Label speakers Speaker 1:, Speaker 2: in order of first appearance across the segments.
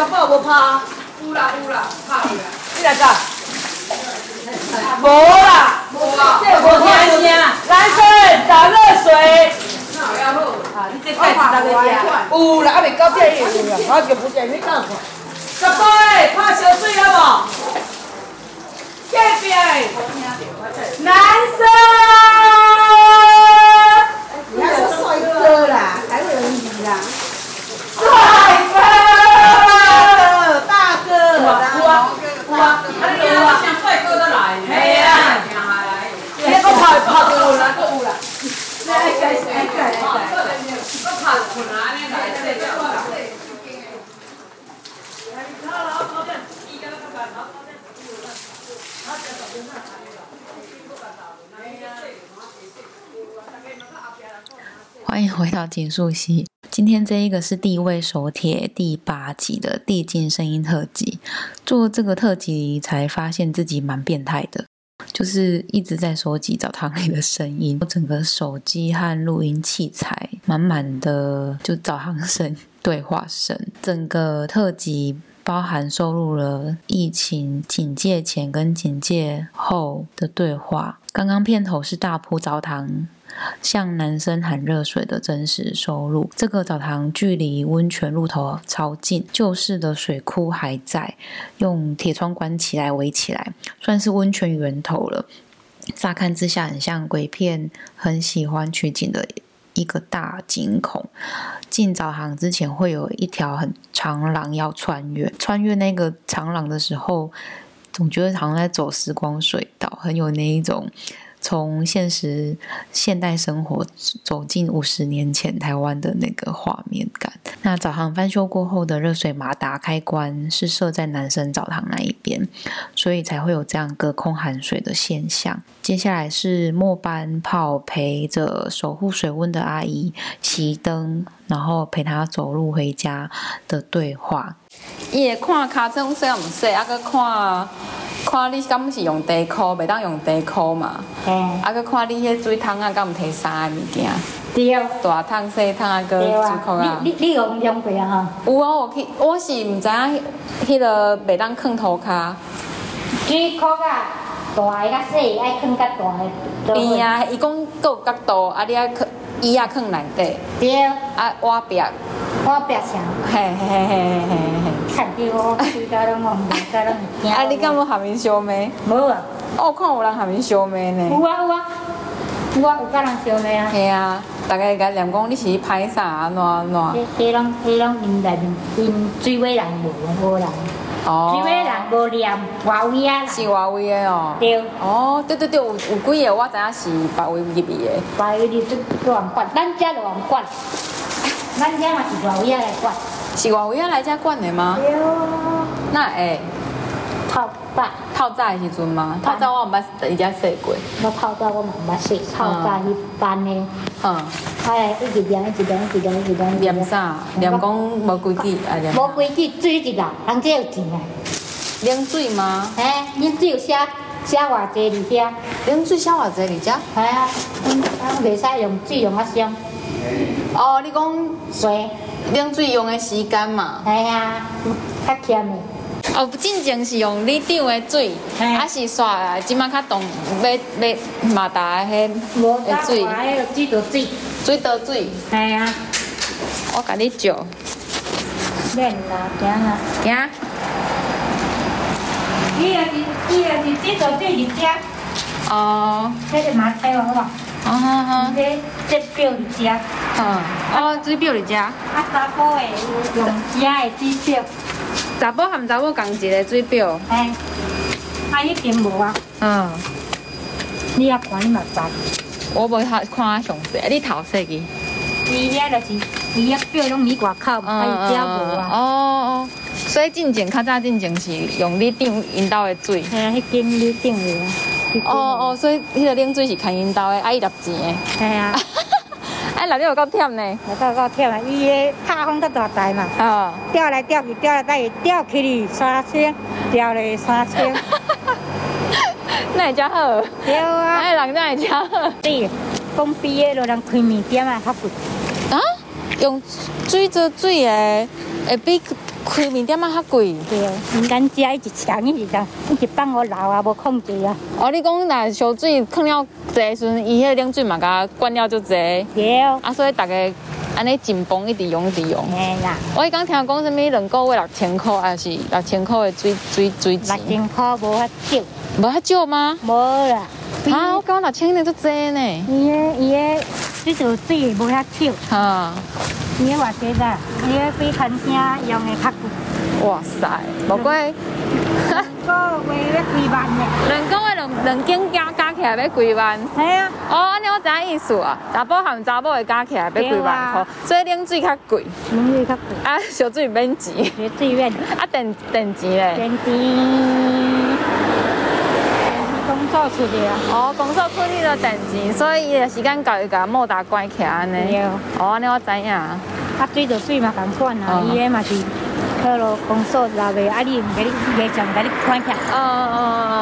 Speaker 1: 有啦有啦，拍去啦。
Speaker 2: 无啦，
Speaker 1: 无啊，
Speaker 2: 无听声。男生打热水。
Speaker 1: 哪有好？
Speaker 2: 啊，你这盖子哪个呀？有啦，还没到这里有啦，我就不在你干啥。十八的拍烧水了无？隔壁的男生
Speaker 3: 你要说帅哥啦，才会有人理啦。
Speaker 2: 帅哥。
Speaker 3: 大哥啦，
Speaker 1: 哇，安尼啊，像帅哥都来。嘿啊，真来。
Speaker 2: 你个拍拍有啦，有啦。
Speaker 3: 来来来来
Speaker 1: 哦，
Speaker 3: 来，
Speaker 1: 搁拍困啊，安尼来睡觉啦。
Speaker 4: 欢迎回到锦树溪。今天这一个是地位手帖第八集的递进声音特辑。做这个特辑才发现自己蛮变态的，就是一直在收集澡堂里的声音，我整个手机和录音器材满满的就澡堂声、对话声。整个特辑包含收录了疫情警戒前跟警戒后的对话。刚刚片头是大埔澡堂向男生喊热水的真实收入。这个澡堂距离温泉路头超近，旧式的水库还在，用铁窗关起来围起来，算是温泉源头了。乍看之下，很像鬼片很喜欢取景的一个大井孔。进澡堂之前会有一条很长廊要穿越，穿越那个长廊的时候，总觉得好像在走时光隧道，很有那一种从现实现代生活走进五十年前台湾的那个画面感。那澡堂翻修过后的热水马达开关是设在男生澡堂那一边，所以才会有这样隔空含水的现象。接下来是末班炮陪着守护水温的阿姨熄灯，然后陪她走路回家的对话。
Speaker 5: 伊会看卡通说毋说，啊，搁看看你敢是用地箍，袂当用地箍嘛。
Speaker 6: 嘿，
Speaker 5: 啊，搁看你迄水桶啊，敢毋摕啥物件？
Speaker 6: 对
Speaker 5: 大桶、细桶啊，搁
Speaker 6: 对
Speaker 5: 水箍
Speaker 6: 啊
Speaker 5: 啊，。
Speaker 6: 你你你有用过啊
Speaker 5: 有啊，我去，我是毋知影迄个袂当囥涂骹
Speaker 6: 吼？水库啊，大个甲细个爱囥较大个做伙
Speaker 5: 边，啊，伊讲佫有角度，啊，你啊囥伊啊囥内底，
Speaker 6: 对，
Speaker 5: 啊，我壁，
Speaker 6: 我白相，
Speaker 5: 嘿嘿嘿嘿嘿嘿。
Speaker 6: 看对我水到拢戆，到拢会惊。
Speaker 5: 啊，你敢要含伊相骂？
Speaker 6: 无啊？
Speaker 5: 哦我看有人含伊相骂呢。
Speaker 6: 有啊有啊，有啊有甲人相骂啊。
Speaker 5: 嘿啊，大家甲念讲你是歹啥安怎安怎，
Speaker 6: 迄迄拢迄拢因内面因水尾人无无人，水尾嗯人无念外位啊
Speaker 5: 哦是
Speaker 6: 人，
Speaker 5: 外位的哦。
Speaker 6: 对，
Speaker 5: 哦，对对对，有有几个我知影是别位入去的。
Speaker 6: 外位你都都人管，咱遮就人管，咱遮嘛是外位啊来管。
Speaker 5: 是外位啊来遮管的吗？
Speaker 6: 对啊。
Speaker 5: 那会
Speaker 6: 泡吧，
Speaker 5: 透早的时阵吗？透早我毋捌伫遮说过。
Speaker 6: 我泡到我妈妈洗，泡到迄班的，
Speaker 5: 嗯，
Speaker 6: 哎，一直念，一直念，一直念，一直念。
Speaker 5: 念嗯啥？念讲无规矩啊？念啥
Speaker 6: 无规矩，水一流，人这有钱啊。
Speaker 5: 冷水吗？
Speaker 6: 嘿，恁只有写写偌济字遐，
Speaker 5: 冷水写偌济伫遮？
Speaker 6: 哎啊，嗯啊，袂使用水用啊伤
Speaker 5: 哦，你讲
Speaker 6: 水，
Speaker 5: 冷水用的时间嘛？
Speaker 6: 哎啊，较欠的。
Speaker 5: 哦，进前是用你涨的水，
Speaker 6: 嘿
Speaker 5: 啊是刷啊，即马较冻，要要马达的
Speaker 6: 无
Speaker 5: 迄的水，
Speaker 6: 迄个水就水，
Speaker 5: 水倒水，
Speaker 6: 哎啊，
Speaker 5: 我甲你借，
Speaker 6: 免啦，行啦。
Speaker 5: 行。
Speaker 6: 伊若是伊若是水就水入遮，
Speaker 5: 哦，
Speaker 6: 迄个嘛开完好
Speaker 5: 哦哈哈，
Speaker 6: 这这表入遮。
Speaker 5: 嗯，哦，水表伫遮，
Speaker 6: 啊，查甫的有用遮的指标，
Speaker 5: 查甫含查某共一个水表，
Speaker 6: 哎，啊，迄边无啊，
Speaker 5: 嗯，
Speaker 6: 你啊看你嘛捌，
Speaker 5: 我无看看详细，你头细去，
Speaker 6: 伊遐就是伊遐表拢伫外
Speaker 5: 嗯
Speaker 6: 口，啊，伊遮无
Speaker 5: 哦
Speaker 6: 啊，
Speaker 5: 哦，所以进前较早进前是用你顶因兜的水，
Speaker 6: 吓，迄间你定有啊，
Speaker 5: 嗯哦哦，所以迄个冷水是牵因兜的，啊伊拿钱 的。
Speaker 2: 系啊，
Speaker 5: 哎，那你有够忝呢？
Speaker 2: 我到到跳啊，伊个拍风较大台嘛，
Speaker 5: 哦，
Speaker 2: 吊来吊去，吊来吊去，吊起哩三千，吊来三 千，
Speaker 5: 那会遮好？
Speaker 2: 对啊，
Speaker 5: 哎，人那会遮好？
Speaker 2: 对，讲毕业了，人开面店啊，较贵，
Speaker 5: 啊？用水做水的，会比开面店啊较贵。
Speaker 2: 对，哦咱遮一墙一墙，一放我老啊，无控制啊，
Speaker 5: 哦，你讲若烧水放了济时阵，伊迄个冷水嘛甲灌了足济，
Speaker 2: 对，哦
Speaker 5: 啊，所以逐个安尼紧绷一直用一直用。
Speaker 2: 嘿啦，
Speaker 5: 我迄刚听讲什物两个月六千箍，还是六千箍的水水水
Speaker 2: 六
Speaker 5: 钱，
Speaker 2: 千块无法少，
Speaker 5: 无较少吗？
Speaker 2: 无啦，
Speaker 5: 啊，我讲六千呢足济呢。
Speaker 2: 伊个伊个水做水无遐少，
Speaker 5: 哈、
Speaker 2: 伊个偌济啦，伊个比餐厅用的较贵，
Speaker 5: 哇塞，无过
Speaker 2: 个月要几万呢，
Speaker 5: 两个月两两间加加起来要几万。
Speaker 2: 系啊，
Speaker 5: 哦，安尼我知影意思啊，查甫含查某的加起来要几
Speaker 2: 对
Speaker 5: 万
Speaker 2: 啊
Speaker 5: 箍，所以冷水较贵，
Speaker 2: 门类较贵，
Speaker 5: 啊，烧水免钱，
Speaker 2: 绝对愿。
Speaker 5: 啊，电电钱咧。
Speaker 2: 电池，工作出的啊，
Speaker 5: 哦，公所处理了电钱，所以伊的时间到伊甲莫打关起来安尼
Speaker 2: 对。
Speaker 5: 哦，安尼我知影。
Speaker 2: 啊水就水嘛共款啊，
Speaker 5: 嗯
Speaker 2: 伊个嘛是迄落公所老的，啊你毋给你伊个上给你管起来，
Speaker 5: 呃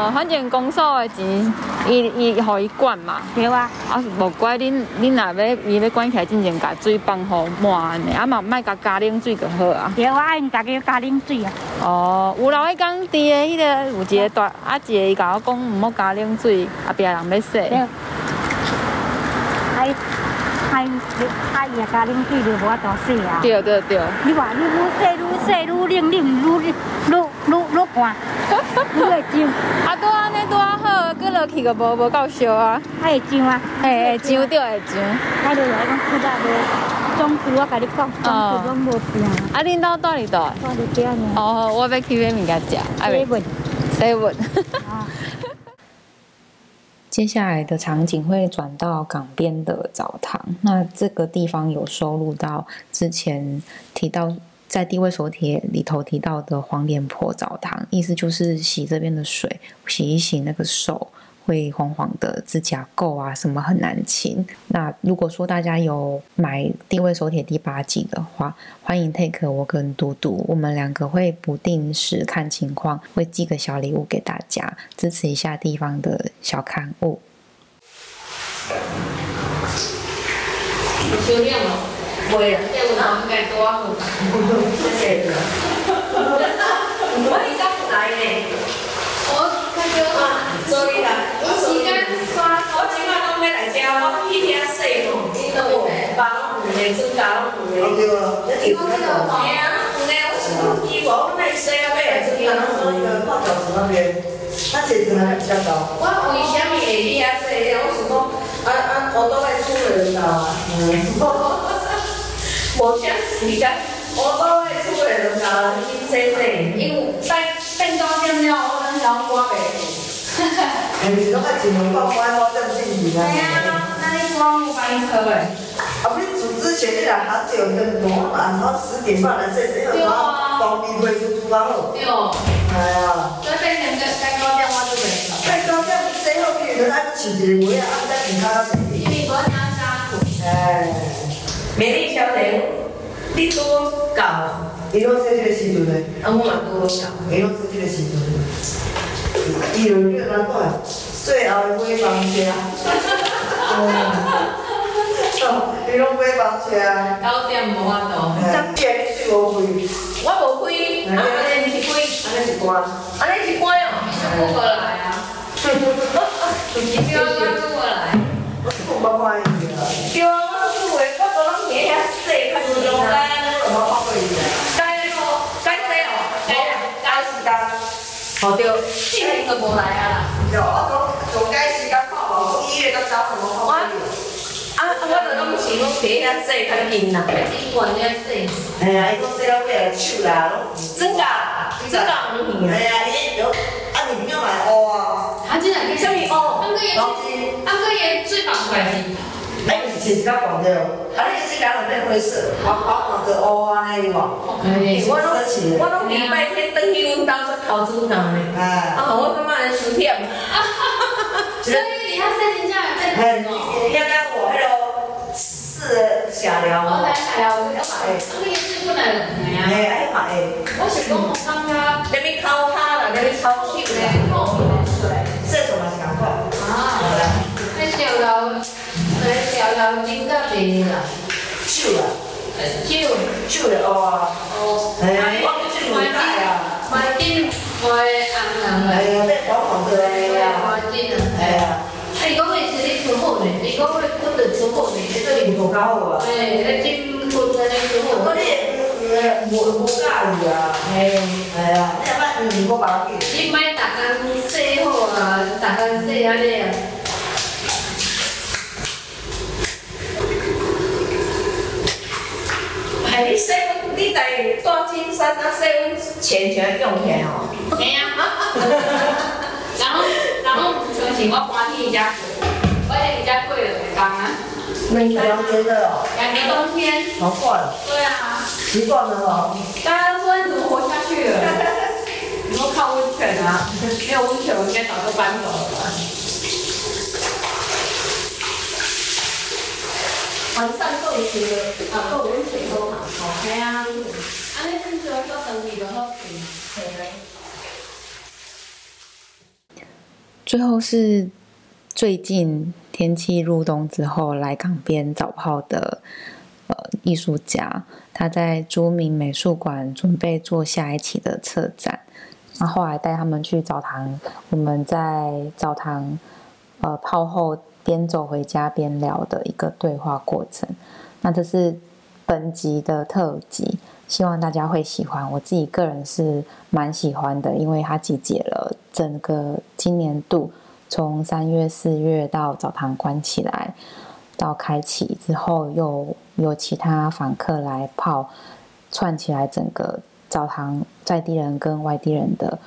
Speaker 5: 呃，反正公所的钱，伊伊互伊管嘛。
Speaker 2: 对啊，
Speaker 5: 啊，无怪恁恁若要伊要管起来，真正甲水放互满安尼，啊嘛莫甲加冷水就好啊。
Speaker 2: 对啊，因大家加啉水啊，
Speaker 5: 哦，有啦，我讲伫个迄个有一个大啊，一个伊甲我讲毋好加冷水，啊别人要洗。
Speaker 2: 对。啊伊啊伊啊伊也加啉水就无法度洗啊。
Speaker 5: 对对对，
Speaker 2: 你话你愈洗愈洗愈冷，你毋愈愈愈愈寒，你会痒，
Speaker 5: 啊拄安尼拄啊好，过落去就无无够烧啊。
Speaker 2: 啊会痒啊，
Speaker 5: 嘿，会上着会上。
Speaker 2: 啊就来讲出来无，总之我甲你讲，总
Speaker 5: 哦
Speaker 2: 之拢无病。
Speaker 5: 啊，恁兜倒伫倒？
Speaker 2: 我就这样呢。
Speaker 5: 哦，我要去买物件食，啊
Speaker 2: 这
Speaker 5: 袂
Speaker 2: 一本
Speaker 5: 洗碗。
Speaker 2: 啊。
Speaker 4: 接下来的场景会转到港边的澡堂，那这个地方有收录到之前提到在地位所帖里头提到的黄脸婆澡堂，意思就是洗这边的水，洗一洗那个手会黄黄的，指甲垢啊什么很难清。那如果说大家有买地位手帖第八季的话，欢迎 take 我跟嘟嘟，我们两个会不定时看情况，会寄个小礼物给大家，支持一下地方的小刊物。
Speaker 7: 啊，你组织前面好久很多嘛，然后十点半来睡，因为我装逼会就出发后。对哦。哎呀，再高点最后去人家起一个位啊，再请他到里。哎，伊拢说这个时阵嘞，伊拢说这个时阵，伊有一个难怪，最后的买房车。哦，伊拢买房车，三点你是无费，安尼一关。我是讲我看伊个，我看过伊个。对，我讲从该时间看无，伊个到找什么好看？哎呀，伊讲说要买手啦，拢。哎呀，你有啊？你不要买乌啊？老师，哎，你是刚讲的，啊，你是讲的那灰色，我我讲的乌啊那一个，我都起
Speaker 8: 我
Speaker 7: 了，
Speaker 8: 拢礼拜天回去阮兜做头主人嘞，
Speaker 7: 哎，
Speaker 8: 啊，我感觉安伤忝。所以你要设定价在
Speaker 7: 哎，
Speaker 8: 哪种？
Speaker 7: 要跟我那个是下聊
Speaker 8: 我
Speaker 7: 哦
Speaker 8: 来，买啊，我要买，这个是不能的呀。
Speaker 7: 哎哎嘛哎，
Speaker 8: 我是讲我刚刚
Speaker 7: 那边靠他了，那边靠去
Speaker 8: 来
Speaker 7: 了，
Speaker 8: 泡米水
Speaker 7: 这什么情况？好
Speaker 8: 啊，
Speaker 7: 了，
Speaker 8: 那小老，那小老金到底了，
Speaker 7: 酒了，
Speaker 8: 酒
Speaker 7: 酒了哦，
Speaker 8: 哦，
Speaker 7: 哎，我去买菜啊，
Speaker 8: 买金买红红
Speaker 7: 哎
Speaker 8: 的，
Speaker 7: 呀，那黄黄的哎呀，
Speaker 8: 买金
Speaker 7: 哎
Speaker 8: 的。
Speaker 7: 呀，
Speaker 8: 哎，讲的是你出货呢，你讲的不得出货呢，你
Speaker 7: 这里不高啊，
Speaker 8: 哎，那金不得你出货
Speaker 7: 我。这嗯我我家里啊，
Speaker 8: 哎，
Speaker 7: 哎呀，那万嗯我把去，
Speaker 8: 你买大工洗好啊，大工洗安尼啊。
Speaker 9: 哎，你洗阮，你在大金山啊，洗阮钱全用起哦。
Speaker 8: 没啊，然后然后就是我搬去一家，我在一家过了两天啊，
Speaker 7: 那你聊天的哦，
Speaker 8: 两年冬天，
Speaker 7: 好惯了，
Speaker 8: 对啊，
Speaker 7: 习惯了哦，
Speaker 8: 大家都说你怎么活下去了？你说靠温泉啊，没有温泉我应该早就搬走了吧。
Speaker 9: 晚上够吃，
Speaker 8: 呃
Speaker 9: 啊，够温水够好哦。
Speaker 8: 没啊，啊那阵子我就等你的后勤。
Speaker 4: 最后是最近天气入冬之后来港边早炮的呃艺术家，他在朱明美术馆准备做下一期的策展。那后来带他们去澡堂，我们在澡堂呃泡后边走回家边聊的一个对话过程。那这是本集的特辑，希望大家会喜欢。我自己个人是蛮喜欢的，因为它集结了整个今年度从三月、四月到澡堂关起来，到开启之后又有其他访客来泡，串起来整个澡堂在地人跟外地人的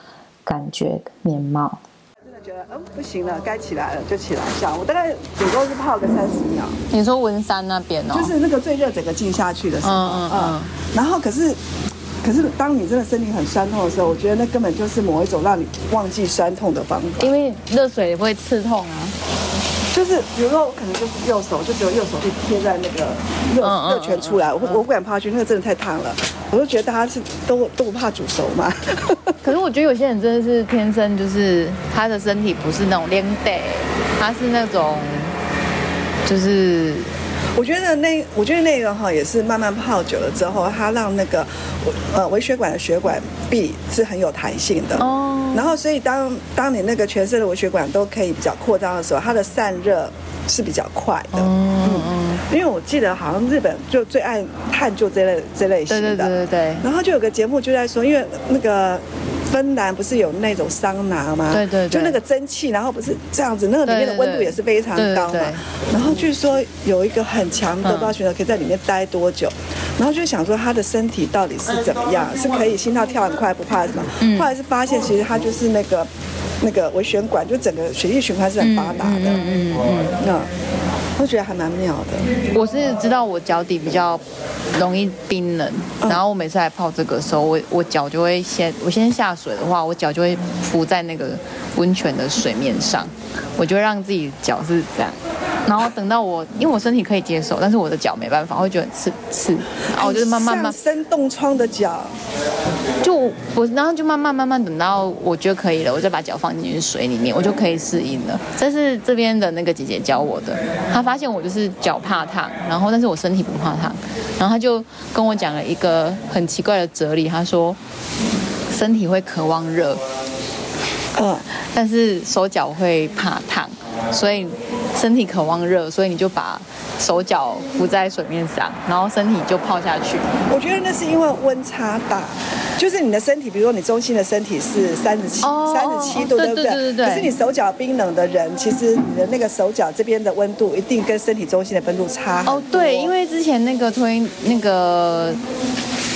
Speaker 4: 感觉面貌。
Speaker 10: 真的觉得，嗯，不行了，该起来了就起来这样。我大概总共是泡个三十秒，
Speaker 5: 你说文山那边哦，
Speaker 10: 就是那个最热整个浸下去的时候，
Speaker 5: 嗯嗯嗯
Speaker 10: 然后可是，可是当你真的身体很酸痛的时候，我觉得那根本就是某一种让你忘记酸痛的方法。
Speaker 5: 因为热水会刺痛啊。
Speaker 10: 就是比如说，我可能就是右手，就只有右手去贴在那个热
Speaker 5: 嗯嗯
Speaker 10: 热泉出来，我不我不敢泡下去，那个真的太烫了。我就觉得大家是都都不怕煮熟嘛。
Speaker 5: 可是我觉得有些人真的是天生就是他的身体不是那种连带，他是那种就是
Speaker 10: 我觉得那我觉得那个哈也是慢慢泡久了之后，它让那个呃微血管的血管壁是很有弹性的。
Speaker 5: 哦
Speaker 10: 然后，所以当当你那个全身的微血管都可以比较扩张的时候，它的散热是比较快的。
Speaker 5: 嗯嗯，
Speaker 10: 因为我记得好像日本就最爱探究这类这类型
Speaker 5: 对
Speaker 10: 的。
Speaker 5: 对对对对。
Speaker 10: 然后就有个节目就在说，因为那个芬兰不是有那种桑拿吗？
Speaker 5: 对对对
Speaker 10: 就那个蒸汽，然后不是这样子，那个里面的
Speaker 5: 对对对
Speaker 10: 温度也是非常高嘛。
Speaker 5: 对对对
Speaker 10: 然后据说有一个很强的
Speaker 5: 嗯
Speaker 10: 不知道选手可以在里面待多久，然后就想说他的身体到底是怎么样，是可以心跳跳很快不怕什么？
Speaker 5: 嗯
Speaker 10: 后来是发现其实他就是那个那个微血管，就整个血液循环是很发达的。嗯嗯我觉得还蛮妙的。
Speaker 5: 我是知道我脚底比较容易冰冷，然后我每次来泡这个时候，我我脚就会先我先下水的话，我脚就会浮在那个温泉的水面上，我就会让自己脚是这样。然后等到我，因为我身体可以接受，但是我的脚没办法，会觉得很刺刺，然后哦我就慢慢慢
Speaker 10: 哎像生冻疮的脚，
Speaker 5: 就我，然后就慢慢慢慢等到我觉得可以了，我再把脚放进去水里面，我就可以适应了。这是这边的那个姐姐教我的，她发现我就是脚怕烫，然后但是我身体不怕烫，然后她就跟我讲了一个很奇怪的哲理，她说身体会渴望热，
Speaker 10: 嗯，
Speaker 5: 但是手脚会怕烫，所以身体渴望热，所以你就把手脚浮在水面上，然后身体就泡下去。
Speaker 10: 我觉得那是因为温差大，就是你的身体，比如说你中心的身体是三十七、
Speaker 5: 哦
Speaker 10: 三十七度，
Speaker 5: 对
Speaker 10: 不
Speaker 5: 对对对对
Speaker 10: 可是你手脚冰冷的人，其实你的那个手脚这边的温度一定跟身体中心的温度差很多
Speaker 5: 哦，对，因为之前那个推那个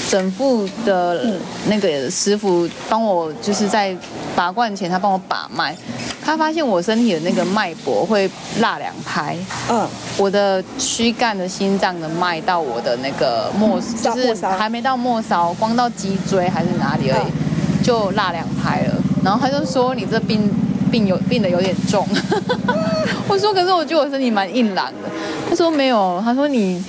Speaker 5: 整副的那个师傅帮我，就是在拔罐前，他帮我把脉，他发现我身体的那个脉搏会落两拍，
Speaker 10: 嗯，
Speaker 5: 我的躯干的心脏的脉到我的那个末，
Speaker 10: 到
Speaker 5: 就是
Speaker 10: 嗯末梢
Speaker 5: 还没到末梢，光
Speaker 10: 嗯
Speaker 5: 到脊椎还是哪里而已，就落两拍了。然后他就说你这病。病有病的有点重。 我说可是我觉得我身体蛮硬朗的。他说没有，他说你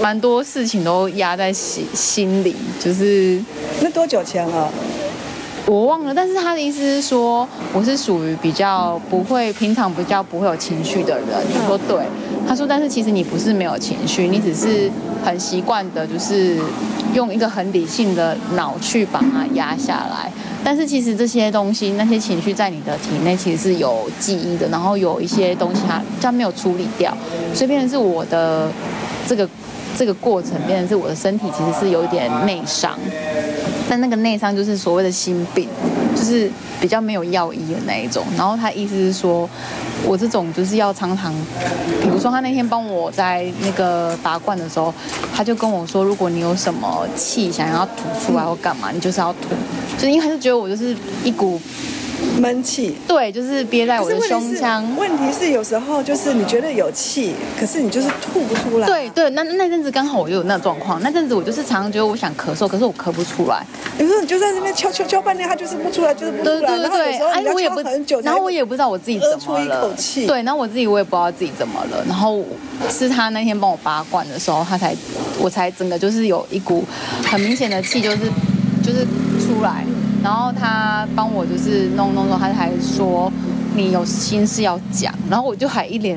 Speaker 5: 蛮多事情都压在心心里，就是
Speaker 10: 那多久前啊了？
Speaker 5: 我忘了，但是他的意思是说，我是属于比较不会平常比较不会有情绪的人。我说对，他说但是其实你不是没有情绪，你只是很习惯的，就是用一个很理性的脑去把它压下来。但是其实这些东西，那些情绪在你的体内其实是有记忆的，然后有一些东西它它没有处理掉，所以变成是我的这个这个过程，变成是我的身体其实是有一点内伤。但那个内伤就是所谓的心病，就是比较没有药医的那一种。然后他意思是说，我这种就是要常常，比如说他那天帮我在那个拔罐的时候，他就跟我说，如果你有什么气想要吐出来或干嘛，你就是要吐。就是因为他就觉得我就是一股
Speaker 10: 闷气，
Speaker 5: 对，就是憋在我的胸腔。
Speaker 10: 问题是有时候就是你觉得有气，可是你就是吐不出来。
Speaker 5: 对对，那那阵子刚好我又有那状况，那阵子我就是常常觉得我想咳嗽，可是我咳不出来。
Speaker 10: 有时候你就在那边敲敲敲半天，它就是不出来，就是不出来。
Speaker 5: 对对对，
Speaker 10: 哎，
Speaker 5: 我也不
Speaker 10: 很久，
Speaker 5: 然后我也不知道我自己怎么了。对，然后我自己我也不知道自己怎么了。然后是他那天帮我拔罐的时候，他才我才整个就是有一股很明显的气，就是就是出来。然后他帮我就是弄弄弄，他还说你有心事要讲，然后我就还一脸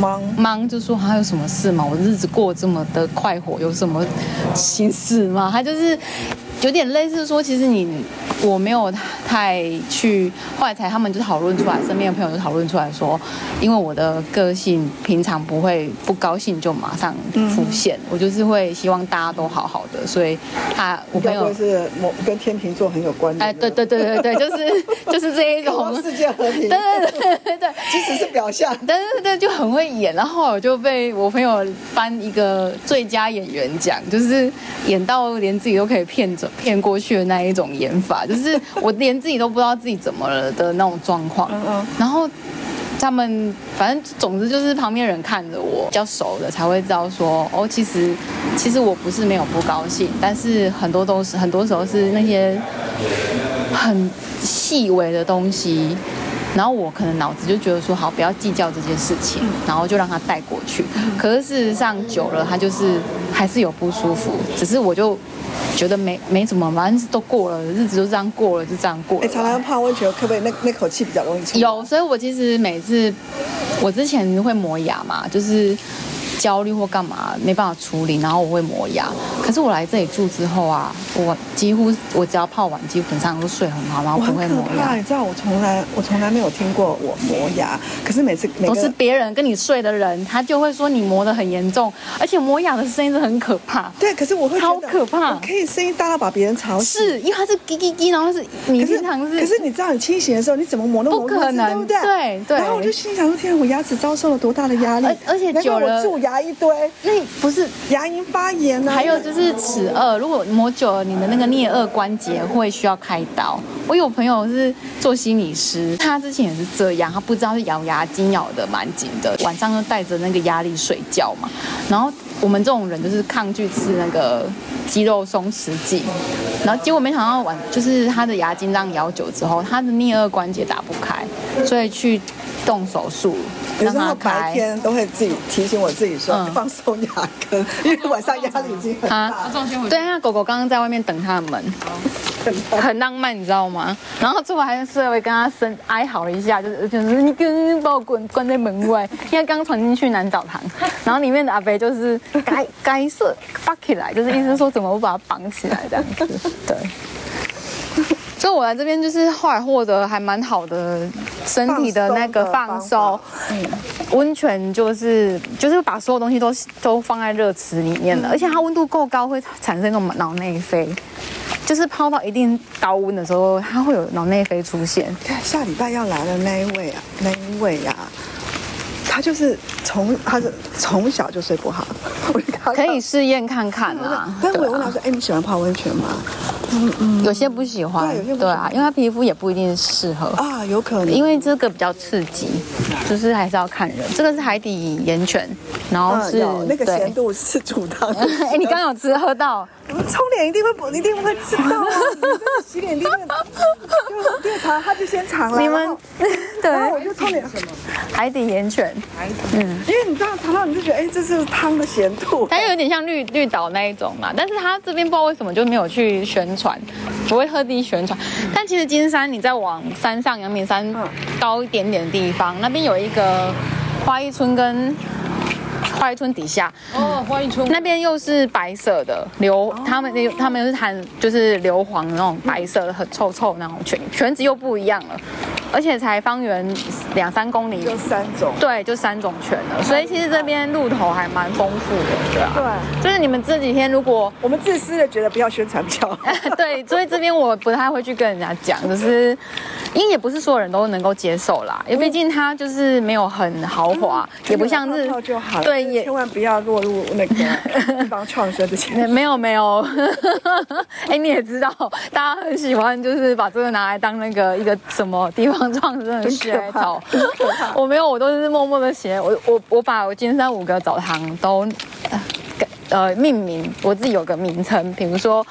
Speaker 10: 懵
Speaker 5: 懵，就说还有什么事吗？我日子过这么的快活，有什么心事吗？他就是有点类似说，其实你我没有太去，后来才他们就讨论出来，身边的朋友就讨论出来说，因为我的个性平常不会不高兴就马上浮现，我就是会希望大家都好好的，所以他我朋友
Speaker 10: 是某跟天秤座很有关。
Speaker 5: 哎，对对对对对，就是就是这一种
Speaker 10: 世界和
Speaker 5: 对
Speaker 10: 平，
Speaker 5: 对对对，
Speaker 10: 即使是表象，
Speaker 5: 对对对，就很会演。然后我就被我朋友颁一个最佳演员奖，就是演到连自己都可以骗走骗过去的那一种演法，就是我连自己都不知道自己怎么了的那种状况。嗯嗯，然后。他们反正总之就是旁边人看着我，比较熟的才会知道说，哦，其实其实我不是没有不高兴，但是很多都是很多时候是那些很细微的东西，然后我可能脑子就觉得说，好，不要计较这件事情，然后就让它带过去。可是事实上久了，它就是还是有不舒服，只是我就。觉得没没怎么，反正都过了，日子就这样过了，就这样过了。
Speaker 10: 哎、欸，常常泡温泉，可不可以那那口气比较容易出？
Speaker 5: 有，所以我其实每次我之前会磨牙嘛，就是焦虑或干嘛没办法处理，然后我会磨牙。可是我来这里住之后啊，我几乎我只要泡完，基本上都睡很好，然后不会磨牙。
Speaker 10: 你知道我从来我从来没有听过我磨牙，可是每次
Speaker 5: 都是别人跟你睡的人，他就会说你磨得很严重，而且磨牙的声音是很可怕。
Speaker 10: 对，可是我会
Speaker 5: 超可怕，
Speaker 10: 可以声音大到把别人吵
Speaker 5: 醒。是因为它是叽叽叽，然后是你平常是，
Speaker 10: 可是你知道你清醒的时候，你怎么磨都磨
Speaker 5: 不可能，对不
Speaker 10: 对？
Speaker 5: 对对。
Speaker 10: 然后我就心想说：天，我牙齿遭受了多大的压力？
Speaker 5: 而且久了，
Speaker 10: 我蛀牙一堆。
Speaker 5: 那不是
Speaker 10: 牙龈发炎啊？
Speaker 5: 还有就是齿颚，如果磨久了，你的那个颞颌关节会需要开刀。我有朋友是做心理师，他之前也是这样，啊他不知道是咬牙筋咬的蛮紧的，晚上就带着那个压力睡觉嘛。然后我们这种人就是抗拒吃那个肌肉松弛剂，然后结果没想到晚就是他的牙筋这样咬久之后，他的颞颌关节打不开，所以去动手术。
Speaker 10: 有时候白天都会自己提醒我自己说、嗯、放松牙根，因为晚上压力已经很大。啊、
Speaker 5: 对啊，狗狗刚刚在外面等他们。很浪漫，你知道吗？然后最后还是稍微跟他声哀嚎了一下，就是就是你跟把我滚关在门外，因为刚传进去南澡 堂，然后里面的阿伯就是该该是绑起来，就是意思说怎么我把它绑起来这样子，对。所以我来这边就是后来获得还蛮好的身体的那个放松，嗯，温泉就是就是把所有东西都都放在热池里面了，而且它温度够高会产生一种脑内啡。就是泡到一定高温的时候，它会有脑内啡出现。
Speaker 10: 看下礼拜要来的那一位啊，那一位呀、啊，他就是从他是从小就睡不好。 我
Speaker 5: 可以试验看看啊。
Speaker 10: 但我问他说：“哎、欸，你喜欢泡温泉吗？”
Speaker 5: 嗯嗯，有些不喜欢，哦
Speaker 10: 对，有些
Speaker 5: 对啊，因为他皮肤也不一定适合
Speaker 10: 啊，有可能，
Speaker 5: 因为这个比较刺激，就是还是要看人。这个是海底
Speaker 10: 啊
Speaker 5: 盐泉，然后是、
Speaker 10: 嗯、那个咸度是主汤。
Speaker 5: 哎欸，你刚有吃喝到？
Speaker 10: 我冲脸一定会不，一定会知道啊。你这个洗脸一定会，就一定长，他就先尝了。
Speaker 5: 你们
Speaker 10: 然后
Speaker 5: 对
Speaker 10: 然后我就冲脸什么？
Speaker 5: 海底盐泉，
Speaker 10: 嗯，因为你这样尝到，你就觉得哎，这是汤的咸度。
Speaker 5: 它有点像绿绿岛那一种嘛，但是它这边不知道为什么就没有去宣传，不会特地宣传。但其实金山，你再往山上阳明山高一点点的地方，那边有一个花一村跟花一村底下，
Speaker 11: 哦，花哦迎春
Speaker 5: 那边又是白色的硫，他们那他们又是含就是硫磺那种白色的，很臭臭那种全全职又不一样了，而且才方圆两三公里，
Speaker 10: 就三种。
Speaker 5: 对，就三种全了，所以其实这边路头还蛮丰富的，对啊，
Speaker 10: 对，
Speaker 5: 就是你们这几天如果
Speaker 10: 我们自私的觉得不要宣传票。
Speaker 5: 对，所以这边我不太会去跟人家讲，就是因为也不是所有人都能够接受啦，
Speaker 10: 嗯
Speaker 5: 因为毕竟它就是没有很豪华，也不像
Speaker 10: 日
Speaker 5: 日
Speaker 10: 嗯票就好了，
Speaker 5: 对，
Speaker 10: 就是
Speaker 5: 也
Speaker 10: 千万不要落入 那个地方创生的
Speaker 5: 没
Speaker 10: 前。
Speaker 5: 没有没有， 哎、你也知道，大家很喜欢就是把这个拿来当那个一个什么地方创生的噱头。我没有，我都是默默的写，我我我把我金山五个澡堂都。呃呃，命名我自己有个名称，比如说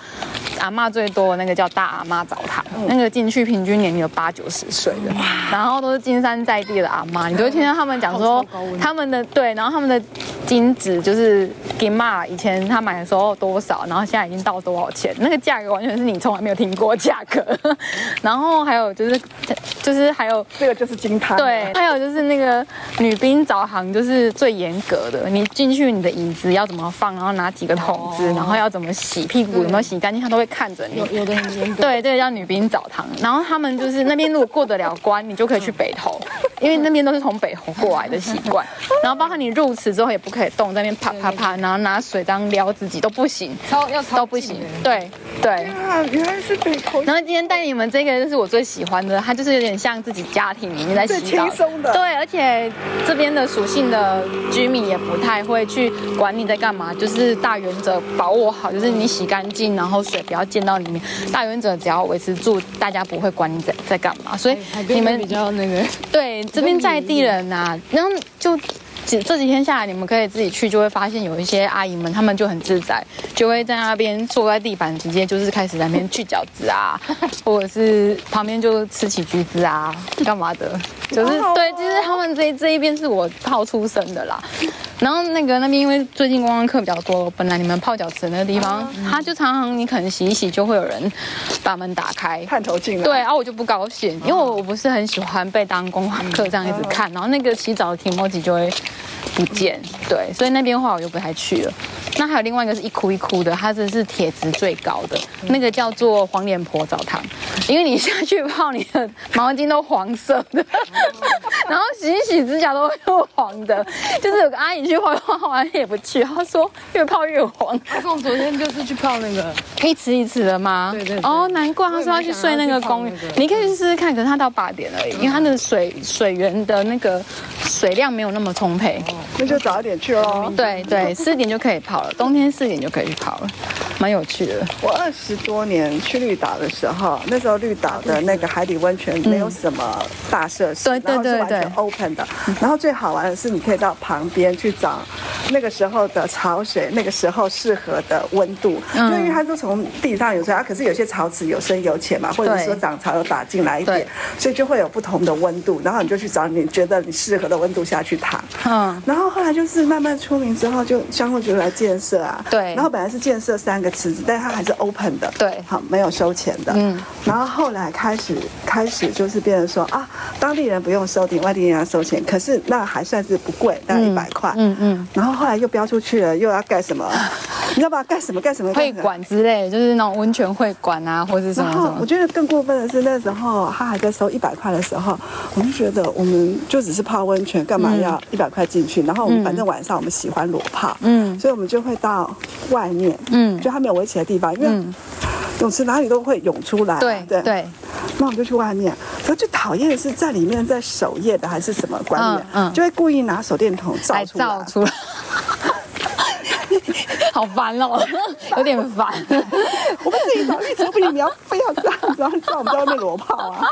Speaker 5: 阿嬷最多的那个叫大阿嬷澡堂，那个进去平均年龄有八九十岁的，然后都是金山在地的阿嬷，你就会听到他们讲说他们的对，然后他们的金子就是金嘛，以前他买的时候多少，然后现在已经到多少钱，那个价格完全是你从来没有听过的价格， 然后还有就是就是还有
Speaker 10: 这个就是金汤。
Speaker 5: 对，还有就是那个女兵澡堂，就是最严格的。你进去，你的椅子要怎么放，然后拿几个桶子，然后要怎么洗屁股，有没有洗干净，他都会看着你。
Speaker 11: 哦有的很严格，
Speaker 5: 对，这个叫女兵澡堂。然后他们就是那边如果过得了关，你就可以去 北投，因为那边都是从北投过来的习惯。然后包括你入池之后也不可以动，在那边啪啪啪，然后拿水这样撩自己都不行，
Speaker 11: 超要
Speaker 5: 都不行。对对。
Speaker 10: 啊，原来是北投。
Speaker 5: 然后今天带你们这个就是我最喜欢的，它就是有点像自己家庭里面在洗澡，
Speaker 10: 最轻松的
Speaker 5: 对，而且这边的属性的居民也不太会去管你在干嘛，就是大原则把握好，就是你洗干净，然后水不要溅到里面。大原则只要维持住，大家不会管你在在干嘛。
Speaker 11: 哎
Speaker 5: 所以你们
Speaker 11: 比较那个，
Speaker 5: 对，这边在地人呐、然后就几这几天下来，你们可以自己去，就会发现有一些阿姨们，她们就很自在，就会在那边坐在地板，直接就是开始在那边去饺子啊， 或者是旁边就吃起橘子啊，干嘛的，就是对，就是他们这这一边是我泡出生的啦。然后那个那边因为最近观光客比较多，本来你们泡饺子的那个地方，它就常常你可能洗一洗就会有人把门打开，
Speaker 10: 探头进来。
Speaker 5: 对，啊，我就不高兴，因为我我不是很喜欢被当公光客这样一直看，然后那个洗澡的提莫吉就会不见，对，所以那边的话我就不太去了。那还有另外一个是一哭一哭的，它这是铁质最高的，那个叫做黄脸婆澡堂，因为你下去泡，你的毛巾都黄色的， 然后洗一洗指甲都会黄的，就是有个阿姨去画画，画完也不去，她说越泡越黄，
Speaker 11: 阿凤昨天就是去泡那个，
Speaker 5: 一池一池的吗？
Speaker 11: 对对对
Speaker 5: 哦，难怪他说要去睡那个公寓
Speaker 11: 我也没想到去泡那，个
Speaker 5: 你可以去试试看，可是他到八点而已，因为他的水水源的那个水量没有那么充沛。
Speaker 11: 哦
Speaker 10: 那就早一点去喽。
Speaker 5: 对 对，四点就可以泡了，冬天四点就可以去泡了，蛮有趣的。
Speaker 10: 我二十多年去绿岛的时候，那时候绿岛的那个海底温泉没有什么大设施，
Speaker 5: 对对
Speaker 10: 然后是
Speaker 5: 对
Speaker 10: 完全
Speaker 5: 对
Speaker 10: open 的。然后最好玩的是，你可以到旁边去找那个时候的潮水，那个时候适合的温度。
Speaker 5: 嗯
Speaker 10: 就因为它都从地上涌出来，啊可是有些潮池有深有浅嘛，或者
Speaker 5: 对
Speaker 10: 说涨潮有打进来一
Speaker 5: 对
Speaker 10: 点，所以就会有不同的温度。然后你就去找你觉得你适合的温度下去躺。
Speaker 5: 嗯，
Speaker 10: 然后后来就是慢慢出名之后，就相互就来建设啊。
Speaker 5: 对
Speaker 10: 然后本来是建设三个池子，但它还是 open 的。
Speaker 5: 对
Speaker 10: 好，没有收钱的。
Speaker 5: 嗯。
Speaker 10: 然后后来开始开始就是变成说啊，当地人不用收钱，外地人要收钱，可是那还算是不贵，大概一百块。
Speaker 5: 嗯嗯。
Speaker 10: 然后后来又标出去了，又要盖 什么？你知道吧？盖什么？盖什么？
Speaker 5: 嗯会
Speaker 10: 盖什么。
Speaker 5: 馆之类的，就是那种温泉会馆啊，或是什
Speaker 11: 哦
Speaker 5: 么
Speaker 10: 然
Speaker 5: 什
Speaker 10: 后
Speaker 5: 么
Speaker 10: 我。觉得更过分的是，那时候他还在收一百块的时候，我们觉得我们就只是泡温泉，干嘛要一百块进去？然后我们反正晚上我们喜欢裸泡，
Speaker 5: 嗯
Speaker 10: 所以我们就会到外面，
Speaker 5: 嗯
Speaker 10: 就他没有围起来的地方，因为
Speaker 5: 嗯
Speaker 10: 泳池哪里都会涌出来啊，
Speaker 5: 对
Speaker 10: 对。
Speaker 5: 对，
Speaker 10: 那我们就去外面，可是最讨厌的是在里面在守夜的还是什么管理员，
Speaker 5: 嗯嗯
Speaker 10: 就会故意拿手电筒照
Speaker 5: 来
Speaker 10: 出来，
Speaker 5: 造出来。 好烦哦， 有点烦。
Speaker 10: 我们自己找绿植，不行，你要非要这样子，然后叫我们在外面裸泡啊。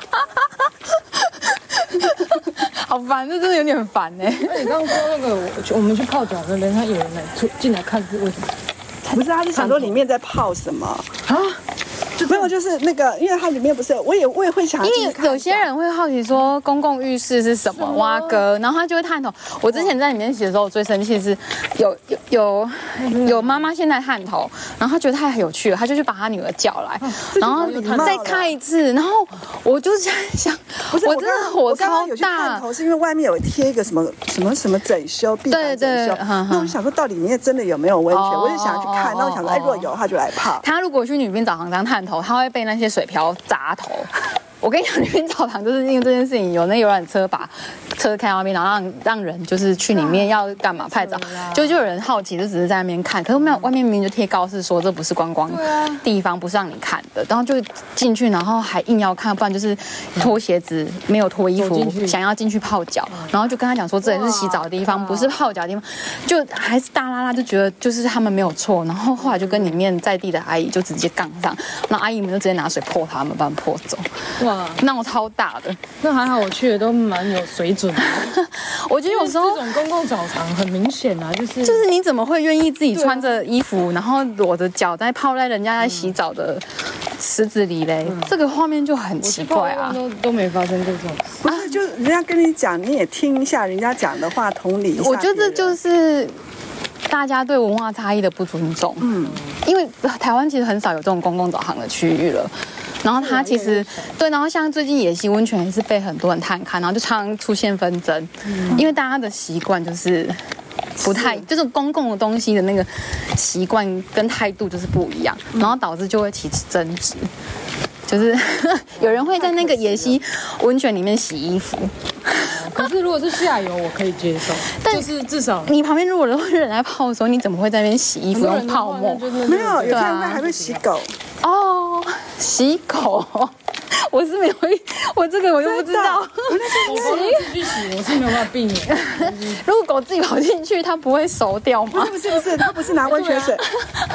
Speaker 5: 好烦，这真的有点烦哎。
Speaker 11: 那你刚刚说那个，我我们去泡脚的人，他有人来出进来看是为什么？
Speaker 10: 他不是，他是想说里面在泡什么啊？没有，就是那个，因为它里面不是，我也我也会想
Speaker 5: 因
Speaker 10: 进去
Speaker 5: 为
Speaker 10: 看，
Speaker 5: 有些人会好奇说公共浴室是什么蛙哥，然后他就会探头。我之前在里面洗的时候，我最生气的是有有有有妈妈现在探头，然后她觉得太有趣了，她就去把她女儿叫来，
Speaker 10: 嗯
Speaker 5: 然后再看一次，然后我就在想，
Speaker 10: 不是
Speaker 5: 我真的火
Speaker 10: 刚刚
Speaker 5: 超
Speaker 10: 有去探
Speaker 5: 大，
Speaker 10: 头是因为外面有贴一个什么什么什么整修，避
Speaker 5: 对
Speaker 10: 房整
Speaker 5: 对
Speaker 10: 修。
Speaker 5: 嗯
Speaker 10: 那我就想说，到底里面真的有没有温泉？
Speaker 5: 哦
Speaker 10: 我就想要去看。那我想说，哎，如果有的话就来泡。
Speaker 5: 他如果去女兵澡堂当探头，他会被那些水瓢砸头。 我跟你讲，女兵澡堂就是因为这件事情，有那游览车把车开到那边，然后让让人就是去里面要干嘛拍照，就就有人好奇，就只是在那边看，可是没有外面明明就贴告示说这不是观光地方，不是让你看的，然后就进去，然后还硬要看，不然就是脱鞋子没有脱衣
Speaker 11: 走
Speaker 5: 服
Speaker 11: 进，去哦
Speaker 5: 想要进去泡脚，然后就跟他讲说这里是洗澡的地方，不是泡脚的地方，就还是大拉拉就觉得就是他们没有错，然后后来就跟里面在地的阿姨就直接杠上，然后阿姨们就直接拿水泼他们，把他们泼走，
Speaker 12: 哇，
Speaker 5: 闹超大的。
Speaker 12: 那还好，我去的都蛮有水准的。
Speaker 5: 我觉得有时候
Speaker 12: 这种公共澡堂很明显啊，就是
Speaker 5: 就是你怎么会愿意自己穿着衣服，然后裸着脚在泡在人
Speaker 11: 嗯
Speaker 5: 家在洗澡的池子里嘞？这个画面就很奇怪啊。
Speaker 12: 都都没发生过这种事。
Speaker 10: 不是，就人家跟你讲，你也听一下人家讲的话，同理一下。
Speaker 5: 我觉得这就是大家对文化差异的不尊重。嗯，因为台湾其实很少有这种公共澡堂的区域了。然后它其实对，然后像最近野溪温泉也是被很多人探看，然后就常常出现纷争，因为大家的习惯就是不太，嗯就是公共的东西的那个习惯跟态度就是不一样，然后导致就会起争执。就是 有人会在那个野溪温泉里面洗衣服，
Speaker 12: 可是如果是下游，我可以接受，但是至少
Speaker 5: 你旁边如果有人在泡的时候，你怎么会在那边洗衣服用泡沫？
Speaker 10: 没有，有
Speaker 5: 对
Speaker 10: 些人
Speaker 5: 啊
Speaker 10: 还会洗狗。
Speaker 5: 哦，洗狗，我是没有，我这个我就不知道。
Speaker 12: 我不能自己洗，我是没有办法避免。
Speaker 5: 如果狗自己跑进去，它不会熟掉吗？
Speaker 10: 不是不是，他不是拿温泉水，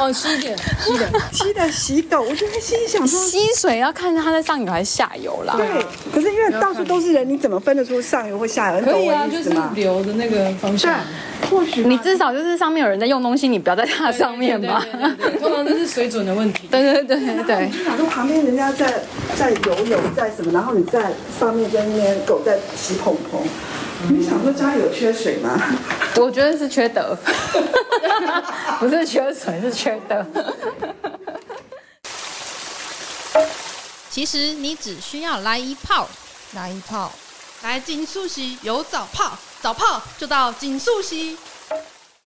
Speaker 12: 哦，吸一点，吸一点，
Speaker 5: 啊
Speaker 10: 吸的洗狗，我就在心里想说。
Speaker 5: 吸水要看它在上游还是下游啦。
Speaker 10: 对，可是因为到处都是人，你怎么分得出上游或下游？你
Speaker 12: 可以
Speaker 10: 懂
Speaker 12: 啊，
Speaker 10: 我
Speaker 12: 就
Speaker 10: 意
Speaker 12: 是
Speaker 10: 思吗？
Speaker 12: 流的那个方向。
Speaker 10: 或许
Speaker 5: 你至少就是上面有人在用东西，你不要在它的上面吧。
Speaker 12: 对通常这是水准的问题。
Speaker 5: 对对对对
Speaker 10: 你，就想说旁边人家在在游泳，在什么，然后你在上面跟那边狗在洗蓬蓬，
Speaker 12: 嗯
Speaker 10: 你想说家里有缺水吗？
Speaker 5: 我觉得是缺德，不是缺水，是缺德。
Speaker 13: 其实你只需要来一泡，来一泡，来金素溪有早泡，早泡就到金素溪。